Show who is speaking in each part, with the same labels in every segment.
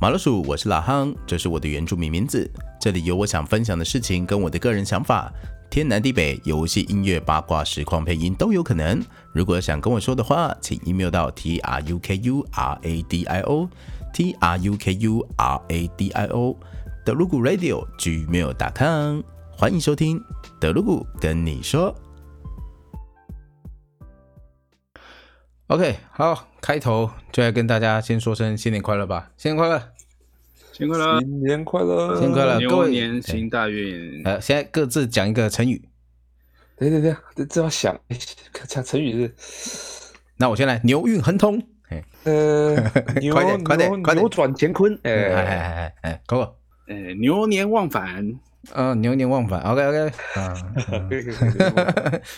Speaker 1: 马老鼠，我是老夯，这是我的原住民名字。这里有我想分享的事情跟我的个人想法，天南地北，游戏、音乐、八卦、实况、配音都有可能。如果想跟我说的话，请 email 到 t r u k u r a d i o t r u k u r a d i o 德鲁古 radio gmail.com，欢迎收听德鲁古跟你说。OK，好，开头就来跟大家先说声新年快乐吧，新年快乐！
Speaker 2: 新年快乐！
Speaker 3: 新年快乐！
Speaker 1: 呃新年啊快乐各
Speaker 2: 牛
Speaker 1: 位
Speaker 2: 年行大运，
Speaker 1: 呃，现在各自讲一个成语。
Speaker 3: 对对对，这这要想哎讲成语是，
Speaker 1: 那我先来，牛运亨通。哎，
Speaker 3: 呃，牛
Speaker 1: 快点快点
Speaker 3: 牛
Speaker 1: 快点
Speaker 3: 扭转乾坤，
Speaker 1: 哎哎
Speaker 3: 哎，
Speaker 1: 哎哎哎，Go！
Speaker 2: 哎、牛年忘返，
Speaker 1: 呃，牛年忘返，OK OK，啊，嗯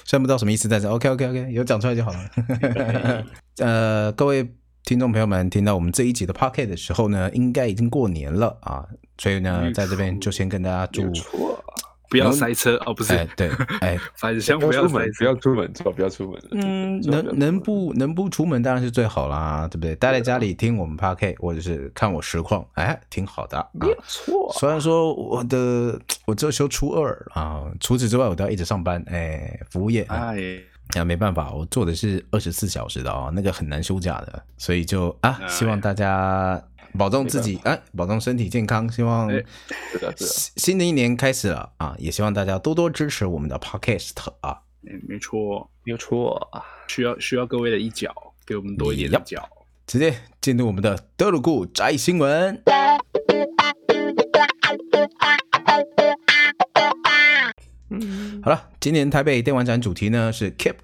Speaker 1: 虽然不知道什么意思，但是 OK OK OK，有讲出来就好了。呃，各位听众朋友们，听到我们这一集的 Pocket 的时候呢，应该已经过年了啊，所以呢，
Speaker 2: 没
Speaker 1: 在这边就先跟大家祝
Speaker 3: 没，错，
Speaker 2: 不要塞车哦，不是，
Speaker 1: 哎， 对，哎，
Speaker 2: 返乡
Speaker 3: 不
Speaker 2: 不
Speaker 3: 要
Speaker 2: 要
Speaker 3: 出
Speaker 2: 塞
Speaker 3: 门，不
Speaker 2: 车，
Speaker 3: 要出门，最好不要出门。
Speaker 1: 嗯，
Speaker 3: 最好要
Speaker 1: 能
Speaker 3: 出门
Speaker 1: 能不能不出门当然是最好啦，对不对？待在家里听我们 Pocket 或者是看我实况，哎，挺好的啊。
Speaker 3: 没有错，
Speaker 1: 虽然说我的我只有休初二啊，除此之外我都要一直上班，哎，服务业啊，
Speaker 2: 哎，
Speaker 1: 啊没办法，我做的是二十四小时的哦，那个很难休假的，所以就啊，
Speaker 2: 哎
Speaker 1: 希望大家保重自己，哎，保重身体健康，希望
Speaker 2: 哎
Speaker 3: 是的，是的，
Speaker 1: 新新的一年开始了啊，也希望大家多多支持我们的 podcast 啊，
Speaker 2: 哎没错，
Speaker 3: 没有错，
Speaker 2: 需要需要各位的一脚，给我们多一点的
Speaker 1: 哎 Yup
Speaker 2: 脚。
Speaker 1: 直接进入我们的德鲁固宅新闻。好了，今年台北电玩展主题呢是 Keep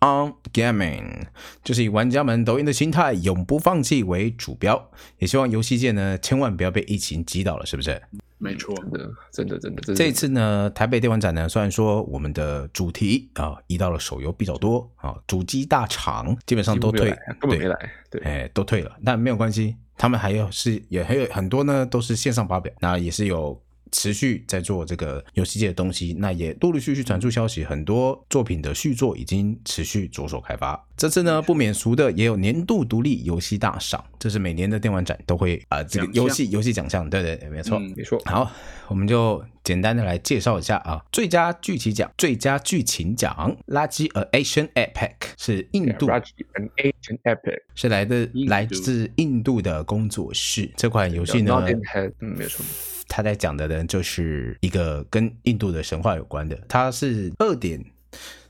Speaker 1: on Gaming，就是以玩家们抖音的心态永不放弃为主标，也希望游戏界呢千万不要被疫情击倒了，是不是？
Speaker 2: 没错，
Speaker 3: 真的，真的，真的，
Speaker 1: 这一次呢，台北电玩展呢，虽然说我们的主题啊、移到了手游比较多啊、主机大厂基本上
Speaker 3: 几
Speaker 1: 都
Speaker 3: 乎没有
Speaker 1: 退
Speaker 3: 来，根本没来，对，
Speaker 1: 哎，都退了，但没有关系，他们还有是也还有很多呢，都是线上发表，那也是有持续在做这个游戏界的东西，那也陆陆续续传出消息，很多作品的续作已经持续着手开发。这次呢，不免俗的也有年度独立游戏大赏，这是每年的电玩展都会啊、这个
Speaker 2: 奖项
Speaker 1: 游戏游戏奖项，对对对，没错。
Speaker 2: 嗯
Speaker 3: 没错，
Speaker 1: 好，我们就简单的来介绍一下啊，最佳剧情奖、最佳剧情奖，《垃圾 A Asian Epic》是印度
Speaker 3: Raji an ancient epic，
Speaker 1: 是来自
Speaker 2: 印度
Speaker 1: 来自印度的工作室。这款游戏
Speaker 3: n
Speaker 1: 呢
Speaker 3: o t i n head，嗯，没有错，
Speaker 1: 它在讲的呢就是一个跟印度的神话有关的，它是二点。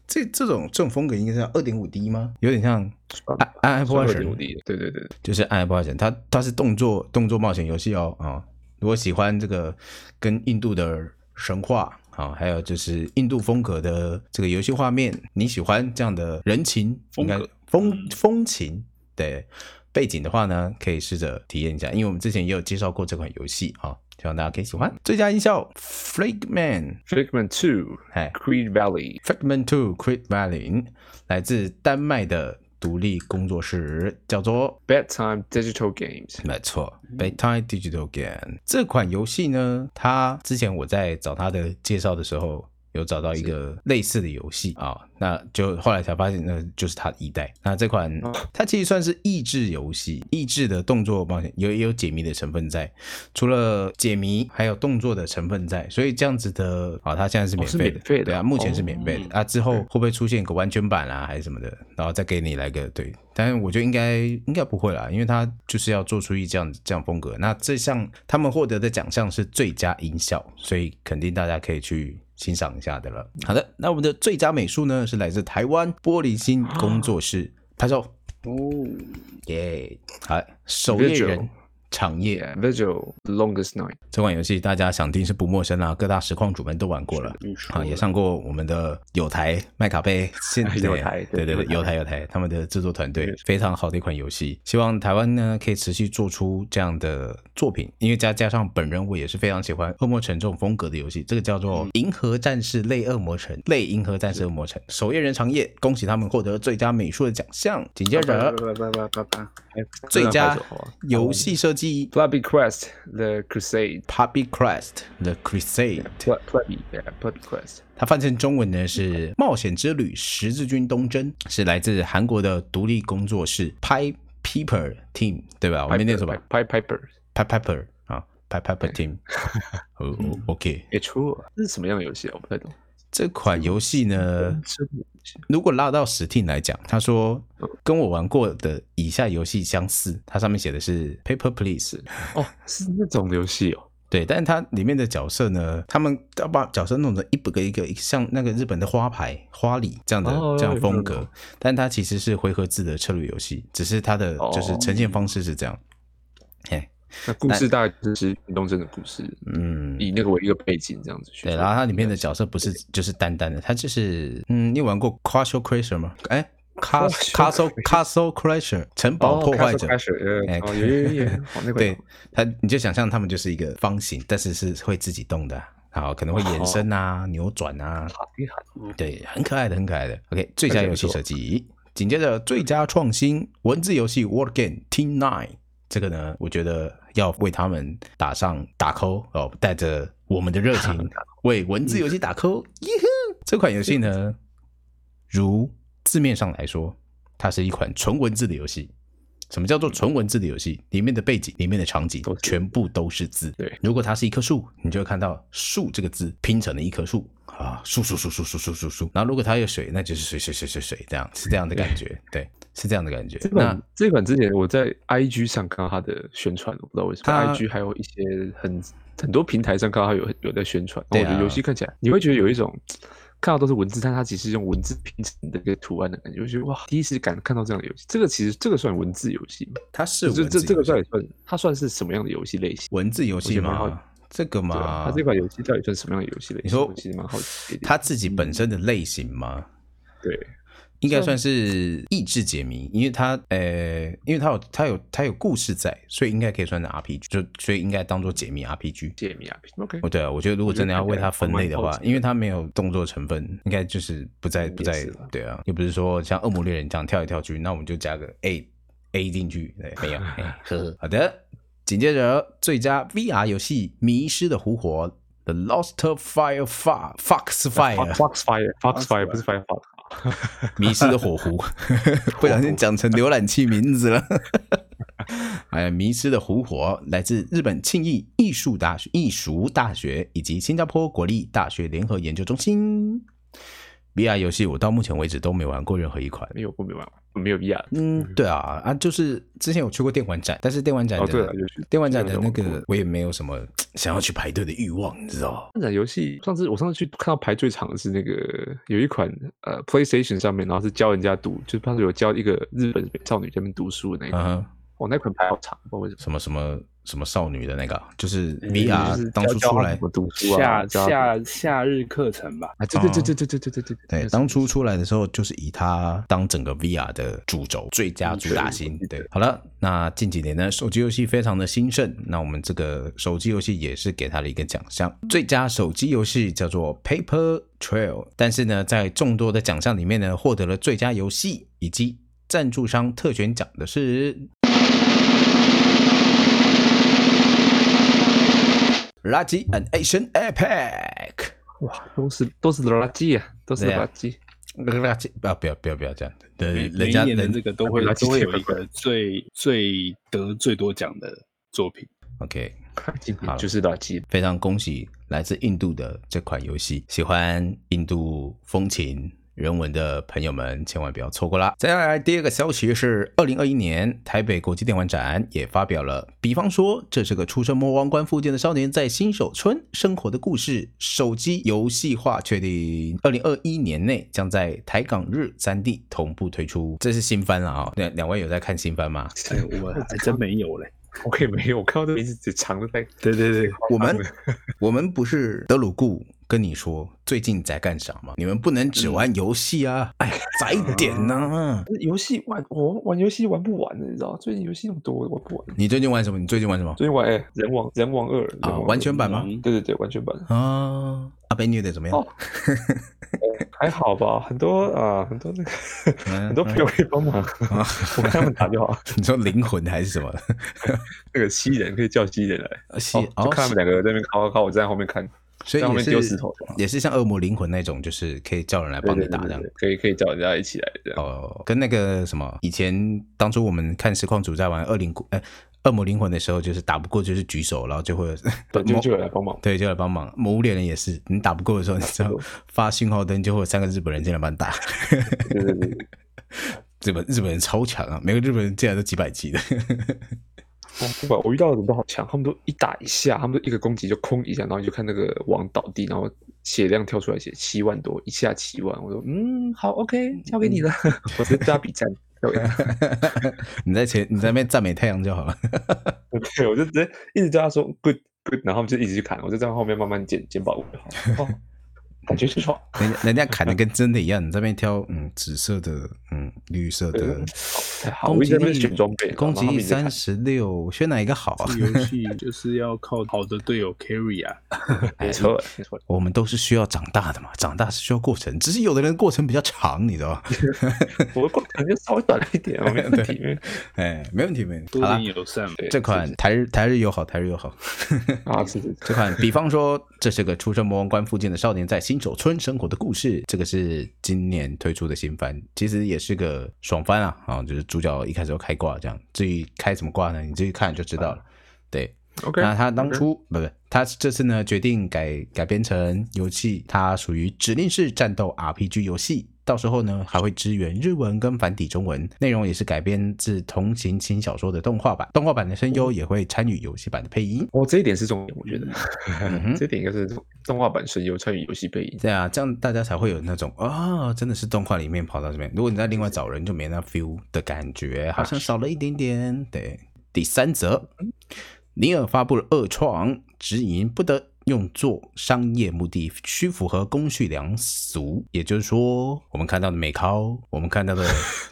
Speaker 1: 这这种这种风格应该是二点五 D 吗？有点像啊
Speaker 3: 算
Speaker 1: 暗暗黑破坏
Speaker 3: 算有
Speaker 1: 神，
Speaker 3: 点无敌对对对，
Speaker 1: 就是暗黑破坏神，它它是动作动作冒险游戏哦啊、如果喜欢这个跟印度的神话啊、还有就是印度风格的这个游戏画面，你喜欢这样的人情
Speaker 2: 风格
Speaker 1: 应该风风情对背景的话呢，可以试着体验一下，因为我们之前也有介绍过这款游戏啊、希望大家可以喜欢。最佳音效 Flagman，
Speaker 3: Figment Two
Speaker 1: 哎
Speaker 3: Creed Valley，
Speaker 1: Fragment Two Crit Valley，来自丹麦的独立工作室，叫做
Speaker 3: Bedtime Digital Games，
Speaker 1: 没错，Bedtime Digital Game 这款游戏呢，它之前我在找它的介绍的时候，有找到一个类似的游戏啊、那就后来才发现，那就是它的一代。那这款
Speaker 3: 哦
Speaker 1: 它其实算是益智游戏，益智的动作冒险，有也有解谜的成分在，除了解谜还有动作的成分在，所以这样子的啊、它现在是免
Speaker 3: 哦是
Speaker 1: 费的，
Speaker 3: 免费的
Speaker 1: 对啊，目前是免费的、
Speaker 2: 哦
Speaker 1: 啊，之后会不会出现个完全版啊，还是什么的，然后再给你来个对，但是我觉得应该应该不会啦，因为它就是要做出一这样这样风格。那这项他们获得的奖项是最佳音效，所以肯定大家可以去。欣赏一下的了。好的，那我们的最佳美术呢，是来自台湾玻璃心工作室，拍手
Speaker 2: 哦，
Speaker 1: 耶！好，守夜人长夜
Speaker 3: Yeah, Vigil Longest Night，
Speaker 1: 这款游戏大家想定是不陌生啦，各大实况主们都玩过了
Speaker 2: 没错
Speaker 1: 啊，也上过我们的有台麦卡贝，现
Speaker 3: 有台
Speaker 1: 对
Speaker 3: 对
Speaker 1: 对对，
Speaker 3: 有
Speaker 1: 有台有台，他们的制作团队
Speaker 3: 没
Speaker 1: 非常好的一款游戏，希望台湾呢可以持续做出这样的作品，因为加加上本人我也是非常喜欢恶魔城这种风格的游戏，这个叫做《银河战士类恶魔城》类银河战士恶魔城，守夜人长夜，恭喜他们获得最佳美术的奖项，紧接着
Speaker 2: 拜拜拜拜拜拜，
Speaker 1: 最佳
Speaker 3: 拍手啊
Speaker 1: 游戏设计
Speaker 3: Flabby Quest The Crusade。
Speaker 1: Puppy Crest The Crusade。
Speaker 3: Pl- Plebby, yeah, Plebby Quest.
Speaker 1: 它翻成中文呢是《冒险之旅：十字军东征》，是来自韩国的独立工作室 Pie Piper Team，对吧？我没念错吧
Speaker 3: Piper, Piper.
Speaker 1: p a p Pepper 啊 p a p Pepper Team 哦。哦
Speaker 2: 嗯
Speaker 1: OK，
Speaker 3: 没错，这是什么样的游戏啊？我不太懂。
Speaker 1: 这款游戏呢，
Speaker 3: 真的游戏
Speaker 1: 如果拉到 Steam 来讲，他说跟我玩过的以下游戏相似，它上面写的是 Paper Please。
Speaker 3: 哦，是那种游戏哦。
Speaker 1: 对，但是它里面的角色呢，他们要把角色弄成一个一个一个像那个日本的花牌、花礼这样的、
Speaker 3: 哦
Speaker 1: 这样风
Speaker 3: 有有
Speaker 1: 格，但它其实是回合制的策略游戏，只是它的
Speaker 3: 哦
Speaker 1: 就是呈现方式是这样。嘿，
Speaker 3: 那故事大概就是运动真的故事，
Speaker 1: 嗯，
Speaker 3: 以那个为一个背景这样子去哦做。
Speaker 1: 对，然后它里面的角色不是就是单单的，它就是嗯，你有玩过 Castle Crasher 吗？哎，Cas-
Speaker 3: Castle
Speaker 1: ，Castle Castle Crasher 城堡破坏者。
Speaker 3: 开始，
Speaker 1: 哎
Speaker 3: 呃哦，有有有，哦，那个
Speaker 1: 对它，你就想象他们就是一个方形，但是是会自己动的，啊好，可能会延伸啊、
Speaker 3: 哦
Speaker 1: 扭转啊，
Speaker 3: 好厉害，
Speaker 1: 对，很可爱的，很可爱的。OK，最佳
Speaker 3: 而且
Speaker 1: 游
Speaker 3: 嗯不
Speaker 1: 戏
Speaker 3: 错
Speaker 1: 设计，紧接着最佳创新文字游戏 Word Game Team Nine，这个呢，我觉得要为他们打上打 call 哦，带着我们的热情为文字游戏打 call。耶呵这款游戏呢，如字面上来说，它是一款纯文字的游戏。什么叫做纯文字的游戏？里面的背景、里面的场景
Speaker 3: 都是
Speaker 1: 全部都是字。
Speaker 3: 对
Speaker 1: 如果它是一棵树，你就会看到“树”这个字拼成了一棵树啊，树树树树树树树树。然后如果它有水，那就是水水水水水，这样是这样的感觉，对，是这样的感觉
Speaker 3: 这。
Speaker 1: 那
Speaker 3: 款这款之前我在 IG 上看到它的宣传，我不知道为什
Speaker 1: 它
Speaker 3: 么 IG 还有一些很很多平台上看到它有有在宣传，
Speaker 1: 对
Speaker 3: 然
Speaker 1: 啊
Speaker 3: 后我觉得游戏看起来你会觉得有一种看到都是文字，但它其实用文字拼成的一个图案的感觉，我觉得哇，第一次感看到这样的游戏，这个其实这个算文字游戏吗？
Speaker 1: 它是
Speaker 3: 这
Speaker 1: 文
Speaker 3: 这
Speaker 1: 字
Speaker 3: 这个
Speaker 1: 游戏
Speaker 3: 算也算，它算是什么样的游戏类型？
Speaker 1: 文字游戏
Speaker 3: 我觉得蛮好
Speaker 1: 吗？这个
Speaker 3: 对啊，
Speaker 1: 嘛
Speaker 3: 它，这款游戏到底算什么样的游戏类型？
Speaker 1: 你说
Speaker 3: 我其实蛮好奇的。
Speaker 1: 它自己本身的类型吗？
Speaker 3: 对
Speaker 1: 应该算是益智解谜，因为它呃，因为它有它有它有故事在，所以应该可以算是 RPG，就所以应该当做解谜 RPG。
Speaker 3: 解谜啊，OK，
Speaker 1: 哦，对啊，我觉得如果真的要为它分类的
Speaker 3: 我觉得看起来还蛮
Speaker 1: 话
Speaker 3: 好，奇的
Speaker 1: 因为它没有动作成分，应该就是不在
Speaker 3: 嗯
Speaker 1: 不在
Speaker 3: 也是啦
Speaker 1: 对啊，又不是说像恶魔猎人这样跳来跳去，那我们就加个 A A 进去，对，没有，嘿呵呵。好的，紧接着最佳 VR 游戏《迷失的湖火》The Lost Fire Far Fox Fire 啊
Speaker 3: Foxfire，Foxfire 不是 Firefox，
Speaker 1: 迷失的火狐， 不小心讲成浏览器名字了。 哎呀，迷失的狐火来自日本庆应艺术大学、艺术大学以及新加坡国立大学联合研究中心。VR 游戏我到目前为止都没玩过任何一款。
Speaker 3: 没有，我没玩过，没有 VR。
Speaker 1: 嗯，对啊，啊，就是之前有去过电玩展，但是电玩展的、
Speaker 3: 哦，对了，游戏
Speaker 1: 电玩展的那
Speaker 3: 电玩
Speaker 1: 个我也啊没有什么想要去排队的欲望，你知道吗？
Speaker 3: 电玩游戏，上次我上次去看到排最长的是那个有一款呃 PlayStation 上面，然后是教人家读，就是当时有教一个日本美少女在那边读书的
Speaker 1: 嗯
Speaker 3: 那个，
Speaker 1: 哼，
Speaker 3: 哦，那款排好长，不知道为什么。
Speaker 1: 什么什么什么少女的那个啊，就是
Speaker 3: 就是
Speaker 1: VR 当初
Speaker 3: 教
Speaker 1: 出
Speaker 3: 教
Speaker 1: 来
Speaker 3: 她怎么读书啊，
Speaker 2: 夏
Speaker 3: 教她
Speaker 2: 夏夏日课程吧，
Speaker 3: 啊，对对对对对对对对
Speaker 1: 对，
Speaker 3: 那
Speaker 1: 当
Speaker 3: 是
Speaker 1: 初出来的时候就是以它当整个 VR 的主轴、最佳主打星。对，好了，那近几年呢，手机游戏非常的兴盛，那我们这个手机游戏也是给它了一个奖项，最佳手机游戏叫做 Paper Trail，但是呢，在众多的奖项里面呢，获得了最佳游戏以及赞助商特选奖的是 Lucky and Asian Epic。
Speaker 3: 哇，都是都是垃圾啊，都是
Speaker 1: 对啊
Speaker 3: 垃圾。
Speaker 1: 不要不要不要不要这样，
Speaker 2: 每
Speaker 1: 对，
Speaker 2: 每
Speaker 1: 人
Speaker 2: 一
Speaker 1: 家
Speaker 2: 年的
Speaker 1: 人
Speaker 2: 这个都会
Speaker 3: 人家
Speaker 2: 都会有
Speaker 3: 人家
Speaker 2: 一个最最得最多奖的作品。
Speaker 1: OK，
Speaker 3: 今
Speaker 1: 好
Speaker 3: 天就是垃圾，
Speaker 1: 非常恭喜来自印度的这款游戏，喜欢印度风情。人文的朋友们千万不要错过啦！接下来第二个消息是，二零二一年台北国际电玩展也发表了，比方说这是个出生魔王关附近的少年在新手村生活的故事，手机游戏化确定，二零二一年内将在台港日三地同步推出。这是新番了啊、两两位有在看新番吗？
Speaker 2: 哎，我还真没有嘞。
Speaker 3: 我也没有，我看到这名字只长的太
Speaker 2: 对对对，
Speaker 1: 我
Speaker 3: 啊
Speaker 1: 们 我们不是德鲁固跟你说最近在干啥吗？你们不能
Speaker 3: 嗯
Speaker 1: 只玩游戏啊！哎，宅一点呐、
Speaker 3: 游戏玩我玩游戏玩不完的，你知道？最近游戏那么多，我玩不完。
Speaker 1: 你最近玩什么？你最近玩什么
Speaker 3: 最近玩哎、人王人王二人王
Speaker 1: 啊？
Speaker 3: 二
Speaker 1: 完全版吗？
Speaker 2: 嗯
Speaker 3: 对对对，完全版
Speaker 1: 啊，阿贝虐的怎么样
Speaker 3: 哦？ 还好吧？很多啊、很多那个
Speaker 1: 嗯
Speaker 3: 很多朋友可以帮忙，
Speaker 1: 啊
Speaker 3: 我跟他们打就好。
Speaker 1: 你说灵魂还是什么？
Speaker 3: 那个西人可以叫西人 来，
Speaker 1: 是
Speaker 3: 哦就
Speaker 1: 哦，
Speaker 3: 看他们两个在那边敲敲敲，我站在后面看，
Speaker 1: 所以
Speaker 3: 在后
Speaker 1: 也
Speaker 3: 面丢
Speaker 1: 是
Speaker 3: 石头
Speaker 1: 也是像恶魔灵魂那种，就是可以叫人来
Speaker 3: 对
Speaker 1: 帮你
Speaker 3: 对
Speaker 1: 打
Speaker 3: 对
Speaker 1: 这样
Speaker 3: 对。对，可以可以叫人家一起来这样。
Speaker 1: 哦，跟那个什么，以前当初我们看实况组在玩《恶灵古》呃，《恶魔灵魂的时候，就是打不过就是举手，然后就会有
Speaker 3: 对，就就有来帮忙。
Speaker 1: 对，就来帮忙。魔物猎人也是，你打不过的时候，你只要发信号灯，就会有三个日本人进来帮你打。
Speaker 3: 对对对，
Speaker 1: 日本日本人超强啊，每个日本人进来都几百级的。
Speaker 3: 哇不管我遇到的人都好强，他们都一打一下，他们都一个攻击就空一下，然后你就看那个网倒地，然后血量跳出来写七万多，一下七万。我说嗯，好，OK，交给你了， 我是加比战。交给他
Speaker 1: 你在前你在那边赞美太阳就好了。
Speaker 3: 对，我就直接一直叫他说 good good，然后他们就一直去砍，我就在后面慢慢捡捡宝物就好了。哦，感觉 不错。
Speaker 1: 人家人家砍的跟真的一样，你这边挑嗯紫色的，嗯绿色
Speaker 3: 对
Speaker 1: 的，
Speaker 3: 好，
Speaker 1: 攻
Speaker 3: 我一直
Speaker 1: 击
Speaker 3: 在那边
Speaker 1: 力
Speaker 3: 选装备，
Speaker 1: 攻击力三
Speaker 3: 三
Speaker 1: 十六，选哪一个好啊？
Speaker 2: 这游戏就是要靠好的队友 carry 啊。
Speaker 3: 没错没错，
Speaker 1: 我们都是需要长大的嘛，长大是需要过程，只是有的人过程比较长，你知 道吗？
Speaker 3: 我的过程就稍微短了一点，没 问题。因为
Speaker 1: 哎，没问题，没问题。
Speaker 2: 多
Speaker 1: 好啦
Speaker 2: 点，友善嘛，
Speaker 3: 对
Speaker 1: 这款台日台日友好，台日友好。
Speaker 3: 啊，是是是
Speaker 1: 这款，比方说，这是个出生魔王关附近的少年在新手村生活的故事。这个是今年推出的新番，其实也是个爽番啊，啊，就是主角一开始就开挂这样。至于开什么挂呢，你自己看就知道了。对，
Speaker 3: OK，
Speaker 1: 那他当初不不，他这次呢决定改改编成游戏，它属于指令式战斗 RPG 游戏。到时候呢，还会支援日文跟繁体中文，内容也是改编自同行轻小说的动画版，动画版的声优也会参与游戏版的配音。
Speaker 3: 哦，这一点是重点，我觉得
Speaker 1: 嗯哼
Speaker 3: 这一点应该是动动画版声优参与游戏配音。
Speaker 1: 对啊，这样大家才会有那种啊、真的是动画里面跑到这边。如果你在另外找人，就没那 feel 的感觉，好像少了一点点。对，第三则，尼尔发布了恶创，指引不得用作商业目的，需符合公序良俗。也就是说，我们看到的美考，我们看到的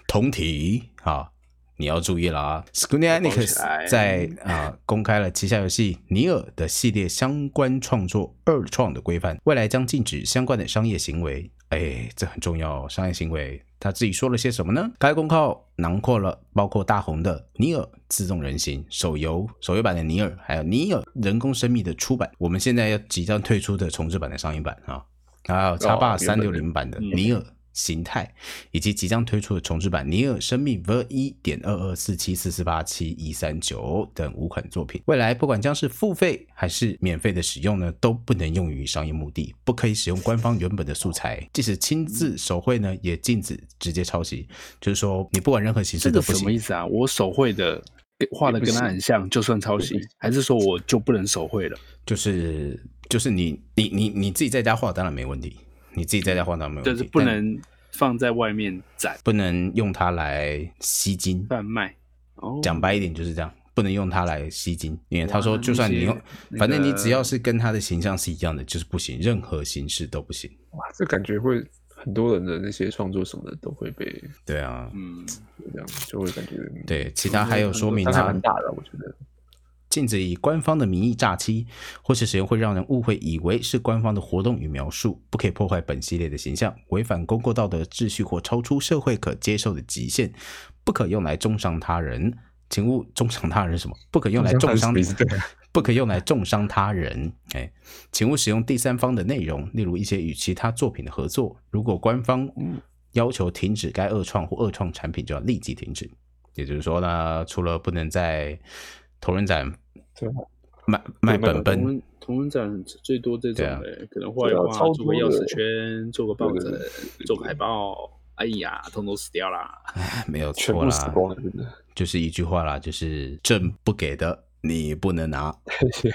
Speaker 1: 同体啊。你要注意了啊！Square
Speaker 2: 包起
Speaker 1: Enix
Speaker 2: 来
Speaker 1: 在啊、公开了旗下游戏《尼尔》的系列相关创作二创的规范，未来将禁止相关的商业行为。哎，这很重要哦，商业行为。他自己说了些什么呢？该公告囊括了包括大红的《尼尔：自动人形》手游、手游版的《尼尔》，还有《尼尔：人工生命》的出版。我们现在要即将推出的重制版的上映版啊，还有叉霸
Speaker 3: 哦
Speaker 1: 三
Speaker 3: 原
Speaker 1: 六
Speaker 3: 本的
Speaker 1: 零版的《
Speaker 2: 嗯
Speaker 1: 尼尔：形态》以及即将推出的重制版《尼尔：生命 V 一点二二四七四四八七一三九》等五款作品。未来不管将是付费还是免费的使用呢，都不能用于商业目的，不可以使用官方原本的素材，即使亲自手绘呢，也禁止直接抄袭。就是说，你不管任何形式
Speaker 2: 这
Speaker 1: 都
Speaker 2: 个
Speaker 1: 不
Speaker 2: 什么
Speaker 1: 行
Speaker 2: 意。思啊？我手绘的跟画的跟他很像，就算抄袭，还是说我就不能手绘了？
Speaker 1: 就是就是你你你你自己在家画当然没问题，你自己在家画当然没问题，
Speaker 2: 就是不
Speaker 1: 但
Speaker 2: 能放在外面展
Speaker 1: 不能用它来吸金。
Speaker 2: 贩卖。哦，
Speaker 1: 讲白一点就是这样，不能用它来吸金，因为他
Speaker 2: 哇
Speaker 1: 说就算你用
Speaker 2: 那些，那
Speaker 1: 反正你
Speaker 2: 个
Speaker 1: 只要是跟他的形象是一样的，就是不行，任何形式都不行。
Speaker 3: 哇，这感觉会很多人的那些创作什么的都会被
Speaker 1: 对啊，
Speaker 2: 嗯，
Speaker 3: 这样，就会感觉
Speaker 1: 对，其他还有说明
Speaker 3: 伤害
Speaker 1: 他
Speaker 3: 蛮大的，我觉得。
Speaker 1: 禁止以官方的名义诈欺，或是使用会让人误会以为是官方的活动与描述，不可以破坏本系列的形象，违反公共道德秩序或超出社会可接受的极限，不可用来重伤他人。请勿重伤他人什么？不可用来重伤
Speaker 3: 重伤他人是什么意，
Speaker 1: 不可用来重伤他人。哎，请勿使用第三方的内容，例如一些与其他作品的合作。如果官方要求停止该恶创或恶创产品，就要立即停止。也就是说呢，除了不能在同人展
Speaker 3: 对啊
Speaker 1: 卖卖
Speaker 3: 对卖
Speaker 1: 本
Speaker 3: 本
Speaker 1: 本
Speaker 2: 同，人同人展最多这种的，可能画一
Speaker 3: 对啊
Speaker 2: 画，
Speaker 3: 超
Speaker 2: 做个
Speaker 3: 多
Speaker 2: 钥
Speaker 3: 的
Speaker 2: 匙圈，做个抱
Speaker 3: 对
Speaker 2: 枕
Speaker 3: 对对，
Speaker 2: 做个海报。哎呀，通通死掉啦！
Speaker 1: 哎没有
Speaker 3: 全
Speaker 1: 错
Speaker 3: 部死
Speaker 1: 啦，
Speaker 3: 光了，真的。
Speaker 1: 就是一句话啦，就是朕不给的你不能拿，
Speaker 3: 对，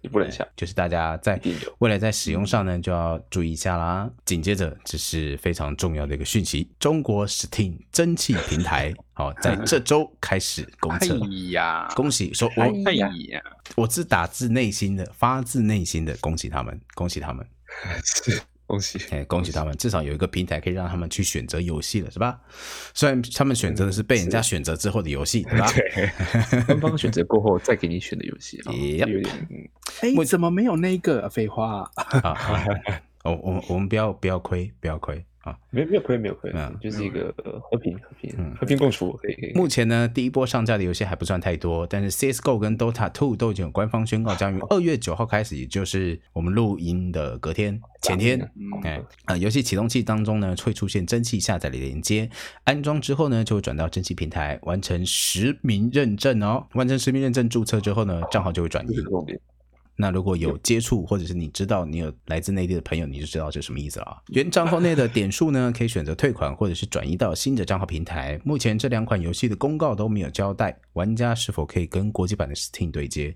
Speaker 3: 你不能 下，
Speaker 1: 就是大家在
Speaker 3: 一定有
Speaker 1: 未来在使用上呢就要注意一下啦。紧接着，这是非常重要的一个讯息，中国 Steam 蒸汽平台好在这周开始公
Speaker 2: 哎
Speaker 1: 测。
Speaker 2: 呀，
Speaker 1: 恭喜！说
Speaker 2: 哎
Speaker 1: 我
Speaker 2: 呀，
Speaker 1: 我是打自内心的、发自内心的恭喜他们，恭喜他们，
Speaker 3: 是东西。
Speaker 1: 哎，恭喜他们！至少有一个平台可以让他们去选择游戏了，是吧？虽然他们选择的是被人
Speaker 3: 啊
Speaker 1: 家选择之后的游戏，对吧？
Speaker 3: 官方选择过后再给你选的游 戏啊，
Speaker 1: Yep
Speaker 3: 有点嗯
Speaker 2: 哎，怎么没有那个？废话，
Speaker 1: 啊，啊我我们我们不要不要亏，不要亏啊、啊。
Speaker 3: 没有没有亏，没有亏
Speaker 1: 嗯，
Speaker 3: 就是一个呃和平和
Speaker 1: 嗯
Speaker 3: 平和平共处，可以可以。
Speaker 1: 目前呢，第一波上架的游戏还不算太多，但是 CS:GO 跟 Dota 2都已经有官方宣告，将于二月九号开始，也就是我们录音的隔天、前天，
Speaker 2: 嗯
Speaker 1: 哎，啊，游戏启动器当中呢，会出现蒸汽下载的连接，安装之后呢，就会转到蒸汽平台，完成实名认证哦。完成实名认证注册之后呢，账号就会转
Speaker 3: 这
Speaker 1: 移
Speaker 3: 啊是。重点。
Speaker 1: 那如果有接触，或者是你知道你有来自内地的朋友，你就知道这什么意思了啊。原账号内的点数呢，可以选择退款或者是转移到新的账号平台。目前这两款游戏的公告都没有交代玩家是否可以跟国际版的 Steam 对接。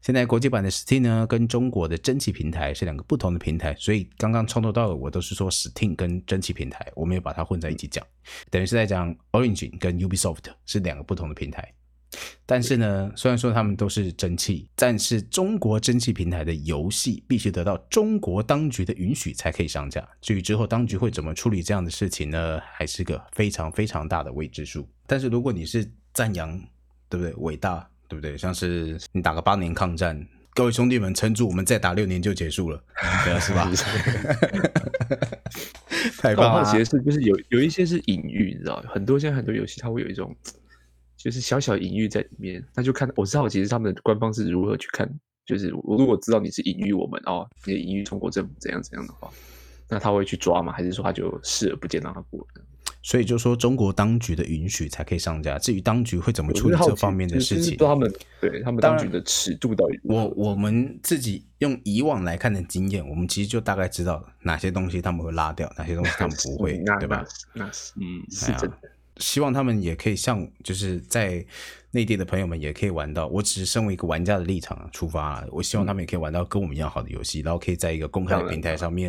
Speaker 1: 现在国际版的 Steam 呢，跟中国的蒸汽平台是两个不同的平台，所以刚刚从头到尾我都是说 Steam 跟蒸汽平台，我没有把它混在一起讲，等于是在讲 Origin 跟 Ubisoft 是两个不同的平台。但是呢，虽然说他们都是蒸汽，但是中国蒸汽平台的游戏必须得到中国当局的允许才可以上架。至于之后当局会怎么处理这样的事情呢，还是个非常非常大的未知数。但是如果你是赞扬，对不对？伟大，对不对？像是你打个八年抗战，各位兄弟们撑住，我们再打六年就结束了，对啊是 吧？ 太
Speaker 3: 我
Speaker 1: 棒
Speaker 3: 好
Speaker 1: 了啊
Speaker 3: 奇的！是，就是有有一些是隐喻，你知道，很多现在很多游戏它会有一种就是小小隐喻在里面。那就看我是好奇是他们的官方是如何去看，就是我如果知道你是隐喻我们哦，你隐喻中国政府怎样怎样的话，那他会去抓吗？还是说他就视而不见让他过？
Speaker 1: 所以就说中国当局的允许才可以上架。至于当局会怎么
Speaker 3: 我
Speaker 1: 处
Speaker 3: 是
Speaker 1: 理
Speaker 3: 好
Speaker 1: 这
Speaker 3: 奇
Speaker 1: 方面的
Speaker 3: 就是
Speaker 1: 事情
Speaker 3: 不知，道他们对他们
Speaker 1: 当
Speaker 3: 当
Speaker 1: 然
Speaker 3: 局的尺度到底如
Speaker 1: 我
Speaker 3: 何。
Speaker 1: 我们自己用以往来看的经验，我们其实就大概知道哪些东西他们会拉掉，哪些东西他们不会
Speaker 3: 嗯那，
Speaker 1: 对吧
Speaker 3: 那？是那是
Speaker 2: 嗯，
Speaker 3: 是真的。
Speaker 1: 希望他们也可以像就是在内地的朋友们也可以玩到。我只是身为一个玩家的立场啊出发啦，我希望他们也可以玩到跟我们一样好的游戏，然后可以在一个公开的
Speaker 3: 当然
Speaker 1: 平台上面，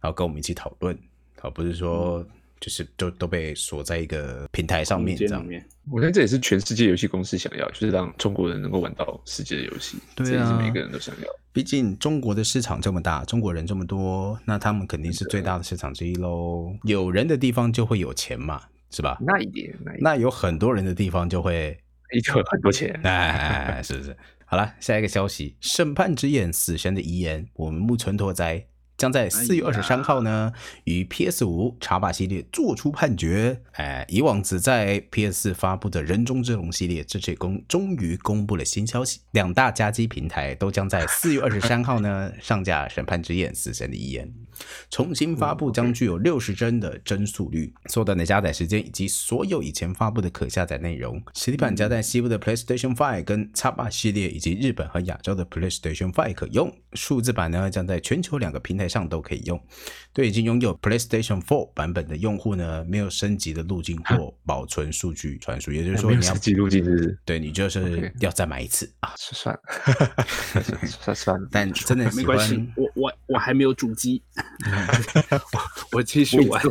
Speaker 1: 然后跟我们一起讨论，而不是说就是都都被锁在一个平台上面
Speaker 2: 空
Speaker 1: 这
Speaker 2: 间
Speaker 1: 样
Speaker 2: 里。面，
Speaker 3: 我觉得这也是全世界游戏公司想要，就是让中国人能够玩到世界的游戏，
Speaker 1: 对
Speaker 3: 这也是
Speaker 1: 啊
Speaker 3: 每个人都想要。
Speaker 1: 毕竟中国的市场这么大，中国人这么多，那他们肯定是最大的市场之一喽。有人的地方就会有钱嘛，是吧？
Speaker 3: 那一点，那一点
Speaker 1: 那有很多人的地方就会，
Speaker 3: 依旧有很多钱。
Speaker 1: 哎哎，哎是不是？好了，下一个消息，《审判之眼：死神的遗言》，我们木村拓哉将在四月
Speaker 2: 哎
Speaker 1: 二
Speaker 2: 呀
Speaker 1: 十三号呢，于 PS 五茶把系列做出判决。哎，以往只在 PS 四发布的《人中之龙》系列，这次也公终于公布了新消息，两大家机平台都将在四月二十三号呢上架《审判之眼：死神的遗言》。重新发
Speaker 3: 嗯
Speaker 1: 布将具有六十帧的帧速率、缩短的加载时间以及所有以前发布的可下载内容。实体
Speaker 3: 嗯
Speaker 1: 版加在西部的 PlayStation 5跟 x 8系列以及日本和亚洲的 PlayStation 5可用。数字版呢将在全球两个平台上都可以用。对已经拥有 PlayStation 4版本的用户呢，没有升级的路径或保存数据传输，也就是说
Speaker 3: 没有
Speaker 1: 你要
Speaker 3: 实际路径是不是
Speaker 1: 对你就是
Speaker 3: OK
Speaker 1: 要再买一次啊。
Speaker 3: 算 了，算算了，
Speaker 1: 但真的
Speaker 2: 没
Speaker 1: 喜
Speaker 2: 关系
Speaker 1: 欢，
Speaker 2: 我我我还没有主 机，我我继续玩。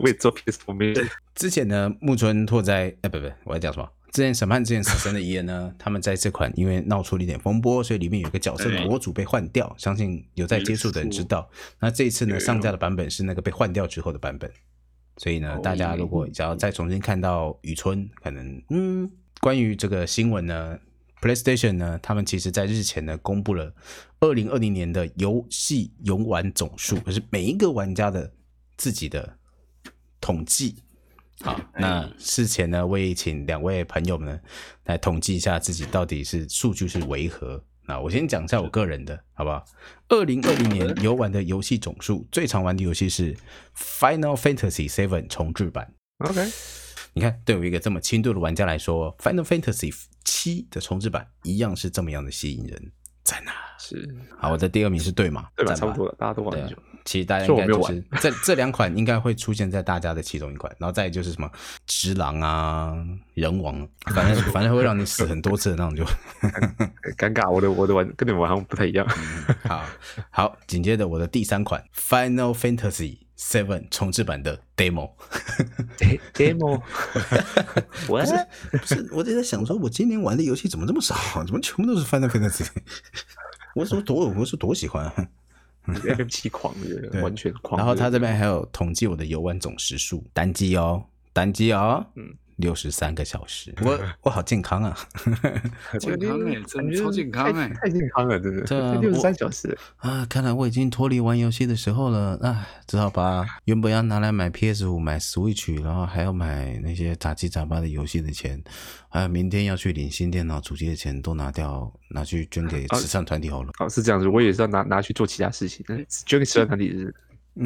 Speaker 3: 我也做 PS 我没
Speaker 1: 之前呢，木村拓哉，哎，不不，我在讲什么？之前审判之前死神的遗言呢， 他们在这款因为闹出了一点风波，所以里面有个角色
Speaker 2: 对
Speaker 1: 博主被换掉，相信有在接触的人知道。那这一次呢，上架的版本是那个被换掉之后的版本，所以呢，
Speaker 3: 哦
Speaker 1: 大家如果想要再重新看到雨村，可能嗯，关于这个新闻呢，PlayStation 呢，他们其实在日前呢公布了二零二零年的游戏游玩总数，可是每一个玩家的自己的统计。好，那事前呢，我也请两位朋友们呢来统计一下自己到底是数据是为何。那我先讲一下我个人的，好不好？二零二零年游玩的游戏总数，最常玩的游戏是《Final Fantasy VII 重置版》。
Speaker 3: OK，
Speaker 1: 你看，对我一个这么轻度的玩家来说，《Final Fantasy 七》的重置版一样是这么样的吸引人，赞啊！
Speaker 3: 是
Speaker 1: 好，我的第二名是对马，
Speaker 3: 对吧？
Speaker 1: 赞
Speaker 3: 差不多了，大家都玩
Speaker 1: 对
Speaker 3: 很
Speaker 1: 啊
Speaker 3: 久。，
Speaker 1: 其实大家
Speaker 3: 所
Speaker 1: 应该
Speaker 3: 以我没有
Speaker 1: 就
Speaker 3: 玩
Speaker 1: 是这这两款应该会出现在大家的其中一款，然后再就是什么直狼啊、人王，啊反正反正会让你死很多次的那种就。
Speaker 3: 哎尴尬，我的我的玩跟你们玩好像不太一样。
Speaker 1: 好好，紧接着我的第三款《Final Fantasy Seven》重置版的 demo，
Speaker 3: Demo，我
Speaker 1: 不是不是，我就在想说，我今年玩的游戏怎么这么少、啊？怎么全部都是 Final Fantasy？我说多我说多喜欢啊、
Speaker 3: FM 七狂的
Speaker 1: 对，
Speaker 3: 完全狂。
Speaker 1: 然后他这边还有统计我的游玩总时数，单机哦，单机哦，
Speaker 3: 嗯，
Speaker 1: 六十三个小时，我我好健康啊！
Speaker 3: 欸
Speaker 2: 健康哎、真
Speaker 3: 感
Speaker 2: 的
Speaker 3: 觉
Speaker 2: 超健康哎、
Speaker 3: 太健康欸了，真的，
Speaker 1: 对 啊
Speaker 3: 六十
Speaker 1: 我
Speaker 3: 三小时，欸
Speaker 1: 啊，看来我已经脱离玩游戏的时候了，唉，只好把原本要拿来买 PS 五、买 Switch，然后还要买那些杂七杂八的游戏的钱，还有明天要去领新电脑主机的钱都拿掉，拿去捐给慈善团体好了。
Speaker 3: 哦，是这样子，我也是要拿拿去做其他事情，呃但是捐给慈善团体是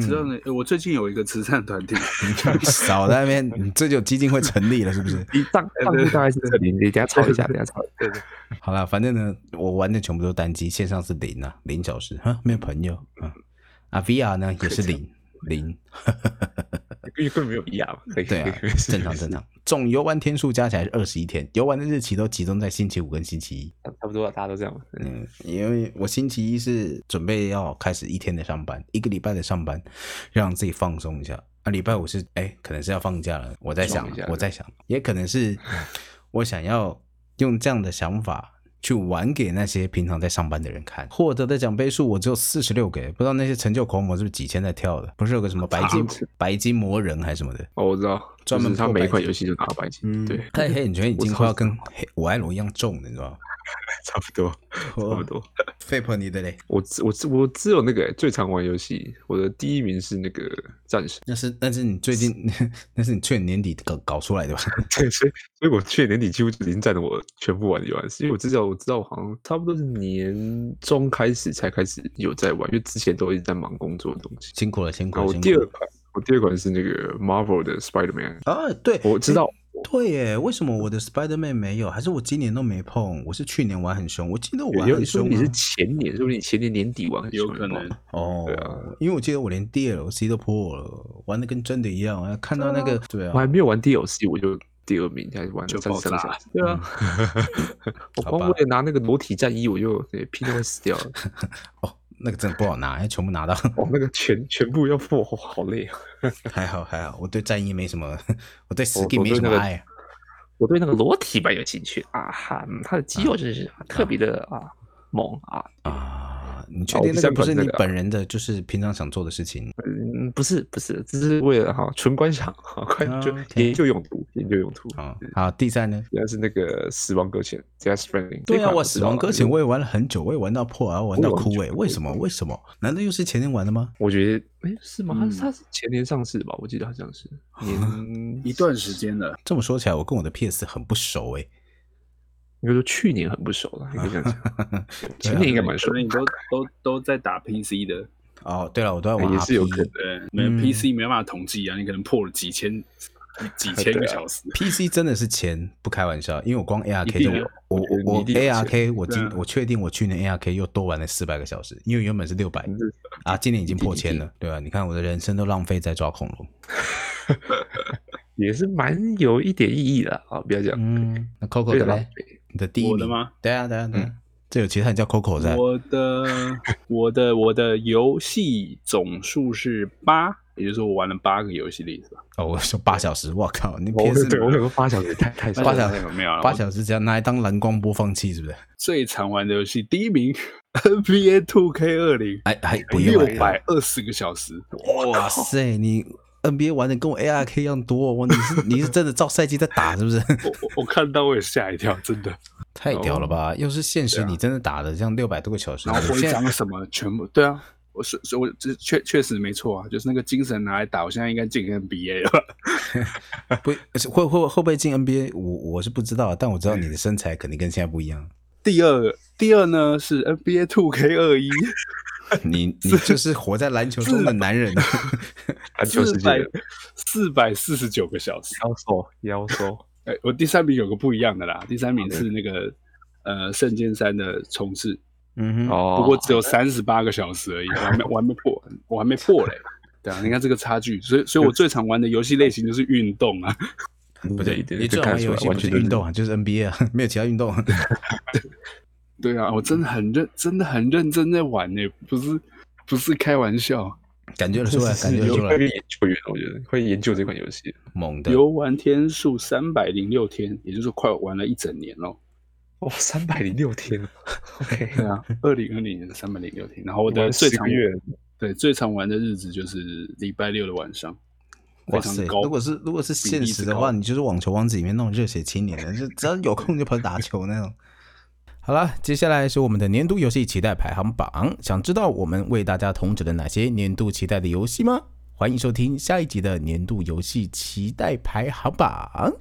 Speaker 2: 知道
Speaker 3: 嗯
Speaker 2: 呢，我最近有一个慈善 团体，
Speaker 1: 嗯少在那边，你这就基金会成立了是不是？
Speaker 3: 一账账户大概是这里，你等一下抄一下，等一下 抄一下。
Speaker 1: 好啦，反正呢，我玩的全部都单机，线上是零啊，零小时，哈，没有朋友啊。啊，VR 呢也是零零，
Speaker 3: 因为根本没有一样，可以
Speaker 1: 对 啊
Speaker 3: 可以可以，
Speaker 1: 正常正常。总游玩天数加起来是二十一天，游玩的日期都集中在星期五跟星期一。
Speaker 3: 差不多啊大家都这样嘛。嗯
Speaker 1: 嗯，因为我星期一是准备要开始一天的上班，一个礼拜的上班，让自己放松一下。啊，礼拜五是哎，可能是要放假了，我在想
Speaker 3: 放假，了
Speaker 1: 我在想，也可能是 我想要用这样的想法去玩给那些平常在上班的人看。获得的奖杯数我只有四十六个，不知道那些成就狂魔是不是几千在跳的？不是有个什么白 金白金魔人还是什么的？
Speaker 3: 哦，我知道，
Speaker 1: 专门
Speaker 3: 就是他
Speaker 1: 破白嗯
Speaker 3: 每一款
Speaker 1: 金
Speaker 3: 游戏就拿到白金，对，
Speaker 1: 但黑眼圈已经快要跟黑我爱罗一样重了，你知道吗？
Speaker 3: 差不多， 差
Speaker 1: 哦
Speaker 3: 不多。
Speaker 1: 费破你的嘞，
Speaker 3: 我只我只我只有那个欸最常玩游戏，我的第一名是那个战神，
Speaker 1: 那是那是你最近 那是你去年年底搞搞出来的吧？
Speaker 3: 对，所以所以我去年年底几乎就已经占了我全部玩的游玩，因为我知道我知道我好像差不多是年中开始才开始有在玩，因为之前都一直在忙工作的东西。
Speaker 1: 辛苦了，辛苦
Speaker 3: 然
Speaker 1: 了。
Speaker 3: 啊后我
Speaker 1: 辛苦
Speaker 3: 第二
Speaker 1: 了
Speaker 3: 款，我第二款是那个 Marvel 的 Spider-Man，
Speaker 1: 啊，对，
Speaker 3: 我知道
Speaker 1: 诶。对耶，为什么我的 Spider Man 没有？还是我今年都没碰？我是去年玩很凶，我记得我玩
Speaker 3: 有
Speaker 1: 很
Speaker 3: 说
Speaker 1: 凶、
Speaker 3: 你
Speaker 1: 啊
Speaker 3: 是。前年，说不定你前年年底玩很
Speaker 2: 有
Speaker 3: 凶
Speaker 2: 可能
Speaker 3: 不好
Speaker 1: 哦，
Speaker 3: 对啊
Speaker 1: 因为我记得我连 DLC 都破了，玩的跟真的一样。啊看到那个，对啊
Speaker 3: 我，还没有玩 DLC，我就第二名，还是玩
Speaker 2: 就
Speaker 3: 了三
Speaker 2: 爆
Speaker 3: 十三
Speaker 2: 炸
Speaker 3: 个小时。对啊， 我
Speaker 1: 嗯好
Speaker 3: 光
Speaker 1: 吧
Speaker 3: 为了拿那个裸体战衣，我就哎对屁都快死 掉了。
Speaker 1: 哦，那个真的不好拿，哎要全部拿到。
Speaker 3: 哦，那个全全部要破，哦好累啊！
Speaker 1: 还好还好，我对战衣没什么， 我对
Speaker 3: 我
Speaker 1: skin
Speaker 3: 我
Speaker 1: 没
Speaker 3: 对
Speaker 1: 什么
Speaker 3: 那个
Speaker 1: 爱啊。
Speaker 3: 我对那个裸体蛮有兴趣啊哈，嗯他的肌肉真的是特别的
Speaker 1: 嗯
Speaker 3: 啊猛啊！
Speaker 1: 啊，你确
Speaker 3: 好
Speaker 1: 定那
Speaker 3: 第
Speaker 1: 个
Speaker 3: 三
Speaker 1: 不
Speaker 3: 款
Speaker 1: 是
Speaker 3: 这
Speaker 1: 你
Speaker 3: 个啊
Speaker 1: 本人的，就是平常想做的事情？
Speaker 3: 嗯，不是不是，只是为了哈纯观赏，哈 观就
Speaker 1: 啊，OK
Speaker 3: 研究用途，研究用途。
Speaker 1: 啊，好，第三呢？
Speaker 3: 原来是那个死亡搁浅 （Death Stranding）。
Speaker 1: 对
Speaker 3: 这
Speaker 1: 啊，
Speaker 3: 款
Speaker 1: 我
Speaker 3: 知
Speaker 1: 死
Speaker 3: 道
Speaker 1: 亡
Speaker 3: 啦
Speaker 1: 搁
Speaker 3: 因
Speaker 1: 浅
Speaker 3: 为
Speaker 1: 我也玩了很久，我也玩到破，然后玩到
Speaker 3: 我也玩
Speaker 1: 枯
Speaker 3: 很久
Speaker 1: 萎，为什么？为什么？难道又是前天玩的吗？
Speaker 3: 我觉得，哎，是吗？他
Speaker 2: 嗯
Speaker 3: 他是前年上市吧？我记得好像 是年
Speaker 2: 一段时间了，
Speaker 1: 这么说起来，我跟我的 PS 很不熟欸诶、
Speaker 3: 应该说去年很不熟了，应该这样讲。 前年应该蛮熟
Speaker 2: 可，
Speaker 1: 啊
Speaker 2: 能你都都都在打 PC 的，
Speaker 1: 哦，对了，我都在玩 RP，
Speaker 3: 哎也是有可能。
Speaker 2: 对，没
Speaker 3: 嗯
Speaker 2: PC 没办法统计啊，你可能破了几千几 千
Speaker 3: 啊
Speaker 2: 个小时，
Speaker 1: PC 真的是钱，不开玩笑，因为我光 ARK
Speaker 2: 一
Speaker 1: 就
Speaker 2: 定有
Speaker 1: 我
Speaker 3: 我觉
Speaker 1: 我
Speaker 3: 得你
Speaker 1: 我
Speaker 3: 一定有
Speaker 1: ARK 我
Speaker 2: 对
Speaker 1: 今
Speaker 2: 啊
Speaker 1: 我确定我去年 ARK 又多玩了四百个小时，因为原本是六百
Speaker 3: 是
Speaker 1: 啊，今年已经破
Speaker 3: 嗯一
Speaker 1: 千
Speaker 3: 定
Speaker 1: 了，对啊，你看我的人生都浪费在抓恐龙。
Speaker 3: 也是蛮有一点意义的啊！不要讲，
Speaker 1: 嗯，那 Coco
Speaker 3: 非
Speaker 1: 的
Speaker 3: 常
Speaker 1: 嘞
Speaker 3: 浪，费。
Speaker 1: 你的第一
Speaker 2: 我的
Speaker 1: 名
Speaker 2: 吗？嗯
Speaker 1: 对啊，对啊，对啊，这有其他人叫 Coco 在，
Speaker 2: 我的我的我的游戏总数是八，也就是说我玩了八个游戏的意思吧？
Speaker 1: 哦，我说八小时，我靠，你
Speaker 3: 我
Speaker 1: PS
Speaker 3: 对我有个八小时太太少
Speaker 1: 八
Speaker 3: 了，
Speaker 1: 小
Speaker 2: 那个没有啊
Speaker 1: 八
Speaker 2: 我
Speaker 1: 小时只要拿来当蓝光播放器，是不是？
Speaker 2: 最常玩的游戏第一名 NBA Two K 二零，
Speaker 1: 哎哎，不
Speaker 2: 六
Speaker 1: 用
Speaker 2: 百二十个小时，
Speaker 1: 哇塞，你 NBA 玩的跟我 ARK 一样多，哇，你是你是真的照赛季在打是不 是？
Speaker 2: 我我我看到我也吓一跳，真的。
Speaker 1: 太屌了吧！要是现实你真的打的这样六百多个小时，
Speaker 2: 哦啊然后
Speaker 1: 我
Speaker 2: 徽
Speaker 1: 现在
Speaker 2: 章什么全部对啊，我是是我这确确实没错啊，就是那个精神拿来打，我现在应该进 NBA 了吧。
Speaker 1: 不会会会不会进 NBA？我我是不知道，但我知道
Speaker 2: 嗯
Speaker 1: 你的身材肯定跟现在不一 样。
Speaker 2: 第二第二呢是 NBA Two K 二一，
Speaker 1: 你你就是活在篮球中
Speaker 2: 啊
Speaker 1: 的男 人，
Speaker 3: 篮球世
Speaker 2: 四
Speaker 3: 界
Speaker 2: 百
Speaker 3: 的
Speaker 2: 四百四十九个小时。
Speaker 3: 妖兽妖兽，
Speaker 2: 哎，我第三名有个不一样的啦，第三名是那个呃圣剑三的重置，
Speaker 1: 嗯哼，
Speaker 3: 哦，
Speaker 2: 不过只有三十八个小时而已，我还没我还没破，我还没破嘞。 对啊，你看这个差距，所以所以我最常玩的游戏类型就是运动啊，
Speaker 1: 不对，
Speaker 3: 对
Speaker 1: 你最好
Speaker 3: 这看
Speaker 1: 玩
Speaker 3: 得出
Speaker 1: 游
Speaker 3: 来
Speaker 1: 戏
Speaker 3: 完
Speaker 1: 不是
Speaker 3: 全就是
Speaker 1: 运动啊，就是 NBA 啊， 没有其他运动。
Speaker 2: 对
Speaker 1: 嗯
Speaker 2: 啊，我真的很认，真的很认真在玩呢、不是不是开玩笑。
Speaker 1: 感觉得出来，
Speaker 3: 是
Speaker 1: 感觉得
Speaker 3: 有
Speaker 1: 出来
Speaker 3: 会，研究员，我觉得会研究这款游戏。
Speaker 1: 猛的。
Speaker 2: 游玩天数三百零六天，也就是说快玩了一整年 喽。
Speaker 3: 哇，三百零六天 啊，OK，
Speaker 2: 对啊，二零二零年三百零六天。然后我
Speaker 3: 玩
Speaker 2: 的
Speaker 3: 了
Speaker 2: 最
Speaker 3: 10
Speaker 2: 常
Speaker 3: 个月，
Speaker 2: 对最常玩的日子就是礼拜六的晚上，非
Speaker 1: 哇塞！
Speaker 2: 常高。
Speaker 1: 如果是如果是现实的话，
Speaker 2: 比
Speaker 1: 你
Speaker 2: 例之高
Speaker 1: 就是网球王子里面那种热血青年的，就只要有空就跑去打球那种。好了，接下来是我们的年度游戏期待排行榜。想知道我们为大家统整了哪些年度期待的游戏吗？欢迎收听下一集的年度游戏期待排行榜。